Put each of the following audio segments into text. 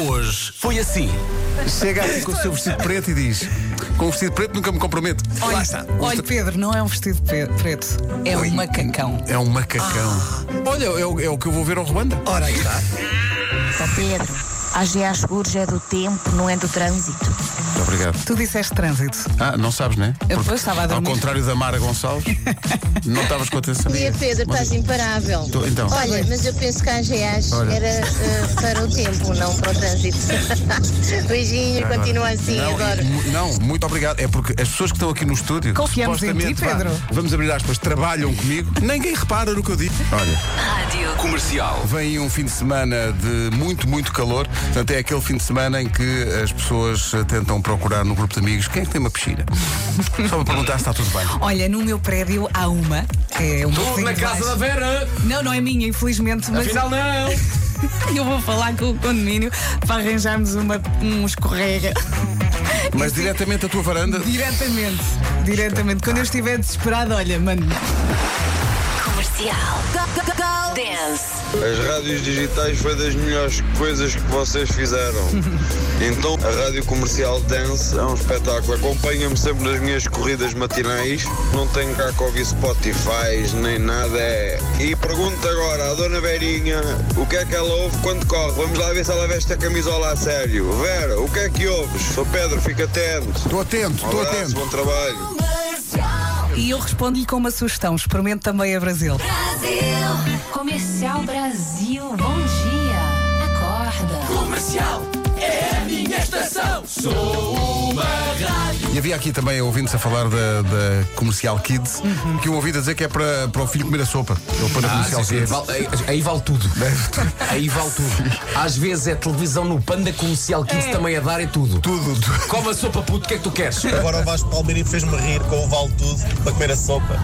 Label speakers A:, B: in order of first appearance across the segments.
A: hoje foi assim.
B: Chega aqui com o seu vestido preto e diz: Com o vestido preto nunca me comprometo.
C: Olha,
B: Lá está.
C: olha, Pedro, não é um vestido pe- preto, é um macacão.
B: É um macacão. Olha, é o, é o que eu vou ver ao Ruanda.
C: Ora, aí está.
D: Ó Tá, Pedro, a GA Seguros é do tempo, não é do trânsito.
B: Muito obrigado.
C: Tu disseste trânsito.
B: Ah, não sabes, né?
C: Eu depois estava a
B: Ao
C: dormir.
B: contrário da Mara Gonçalves, não estavas com atenção.
E: Bom dia, Pedro,
B: Bom
E: estás
B: dia.
E: imparável.
B: Tô- então.
E: Olha, mas eu penso que a AGAs
B: Olha.
E: era eh, para o tempo, não para o trânsito. Beijinho,
B: Agora.
E: continua assim,
B: não,
E: adoro.
B: mu- Não, muito obrigado. É porque as pessoas que estão aqui no estúdio.
C: Confiamos em ti,
B: supostamente, vá,
C: Pedro.
B: vamos abrir aspas, trabalham comigo. Ninguém repara no que eu digo. Olha.
A: Comercial.
B: Vem aí um fim de semana de muito, muito calor. Portanto, é aquele fim de semana em que as pessoas eh, tentam procurar no grupo de amigos quem é que tem uma piscina. Só para perguntar se está tudo bem.
C: Olha, no meu prédio há uma, que é um
A: Tudo na casa da Vera.
C: Não, não é minha, infelizmente, mas
A: Afinal, não.
C: eu vou falar com o condomínio para arranjarmos uma, um escorrega.
B: Mas diretamente a tua varanda.
C: Diretamente, diretamente. Quando eu estiver desesperado, olha, mano.
D: Comercial. Go, go, go. Dance.
F: As rádios digitais foi das melhores coisas que vocês fizeram. Então, a rádio comercial Dance é um espetáculo. Acompanha-me sempre nas minhas corridas matinais. Não tenho cá que ouvir Spotify nem nada. É... E pergunto agora à Dona Verinha o que é que ela ouve quando corre. Vamos lá ver se ela veste a camisola a sério. Vera, o que é que ouves? Sou Pedro, fica atento.
B: Estou atento,
F: Um
B: estou
F: abraço,
B: atento.
F: bom trabalho.
C: E eu respondo-lhe com uma sugestão: experimente também a Brasil.
G: Comercial Brasil, bom dia. Acorda.
B: E havia aqui também ouvintes a falar da, da Comercial Kids,
C: Uhum.
B: que eu ouvi dizer que é para, para o filho comer a sopa. Ou para a
A: Ah,
B: Comercial
A: sim, sim.
B: Kids.
A: Vale- aí, aí vale tudo. Aí vale tudo. Às vezes é televisão no panda comercial que isso também a dar é tudo.
B: Tudo, tudo.
A: Come a sopa puto, o que é que tu queres?
H: Agora o Vasco Palmeiri fez-me rir com o Vale Tudo para comer a sopa.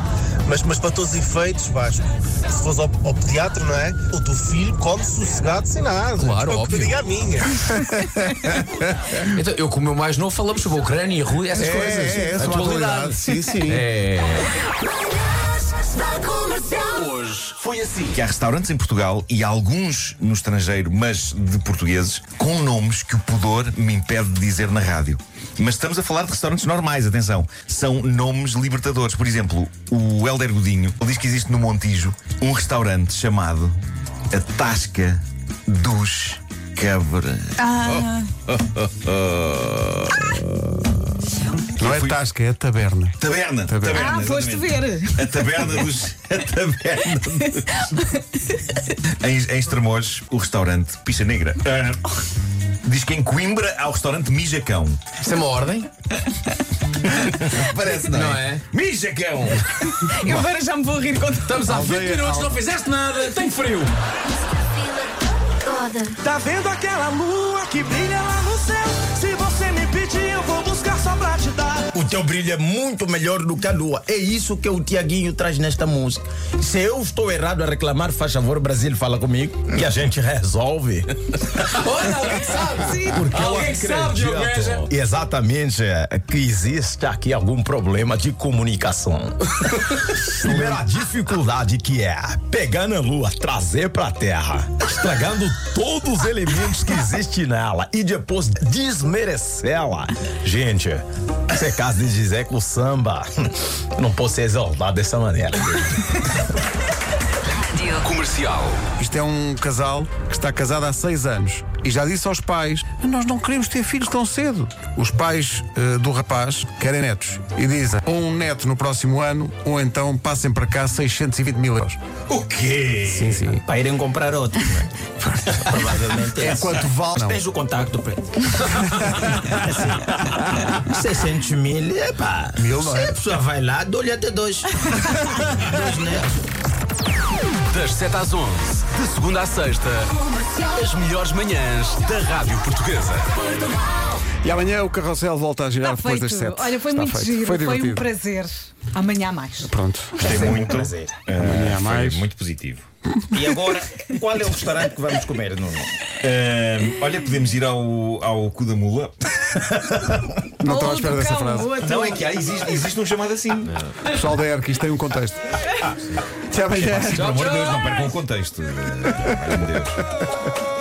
H: Mas, mas para todos os efeitos, Vasco, se fores ao, ao pediatra, não é? O teu filho come sossegado sem nada.
A: Claro,
H: Tipo,
A: óbvio.
H: Que eu diga a minha.
A: Então, eu, como o meu mais novo, falamos sobre a Ucrânia, a Rússia, essas coisas.
B: é, é, são atualidade. Sim, sim.
A: É.
I: Hoje foi assim. Que há restaurantes em Portugal e alguns no estrangeiro, mas de portugueses, com nomes que o pudor me impede de dizer na rádio. Mas estamos a falar de restaurantes normais, atenção. São nomes libertadores. Por exemplo, o Helder Godinho diz que existe no Montijo um restaurante chamado A Tasca dos Cabras.
C: Ah.
B: Não é tasca, é taberna.
I: Taberna! Taberna!
C: Ah, foste
I: exatamente.
C: ver.
I: A taberna dos. A taberna dos. em, em Estremoz, o restaurante Picha Negra. Ah, diz que em Coimbra há o restaurante Mijacão.
A: Isso é uma ordem?
I: Parece, não,
A: Não é?
I: é? Mijacão!
C: Eu agora já me vou rir quando.
A: Estamos há 20 minutos, não fizeste nada, tem frio.
J: Tá vendo aquela lua que brilha lá no céu? Se você me pedir, eu vou buscar só pra te dar.
K: O teu brilho é muito melhor do que a lua. É isso que o Tiaguinho traz nesta música. Se eu estou errado a reclamar, faz favor, Brasil, fala comigo que a gente resolve.
A: Olha, alguém que sabe.
C: Sim.
K: Porque eu
A: Alguém que sabe, Diogo Beja.
K: acredito exatamente é, que existe aqui algum problema de comunicação. Primeira dificuldade que é pegar na lua, trazer pra terra, estragando todos os elementos que existem nela e depois desmerecê-la. Gente, você é caso de dizer que o samba não pode ser exaltado dessa maneira.
A: Comercial.
B: Isto é um casal que está casado há seis anos e já disse aos pais: Nós não queremos ter filhos tão cedo. Os pais eh, do rapaz querem netos e dizem: Ou um neto no próximo ano, ou então passem para cá 620 mil euros.
I: O quê?
B: Sim, sim.
K: Para irem comprar outro, né? Provavelmente
B: É quanto vale. Não.
K: Pede o contacto, Pedro. assim, 600 mil, epá.
B: Mil não é?
K: Você só vai lá, dou-lhe até dois. dois, né?
A: Das 7 às 11, de segunda à sexta, as melhores manhãs da Rádio Portuguesa.
B: E amanhã o carrossel volta a girar
C: Está
B: depois
C: feito.
B: das sete.
C: Olha, foi
B: Está
C: muito
B: feito.
C: giro,
B: Foi
C: foi,
B: divertido.
C: um prazer. Amanhã há mais.
B: Pronto.
I: Gostei muito. Ah,
B: Amanhã há
I: foi
B: mais.
I: muito positivo.
K: E agora, qual é o restaurante que vamos comer, Nuno?
I: Ah, olha, podemos ir ao, ao cu da mula.
B: Não estava
C: Ou
B: à espera
C: do
B: dessa
C: cão,
B: frase.
C: ou a
I: Não
C: tua.
I: é que há, existe, existe um chamado assim.
B: Pessoal da ERC, isto tem um contexto. Até amanhã.
I: Pelo amor de Deus, não percam o contexto. Ah, meu Deus.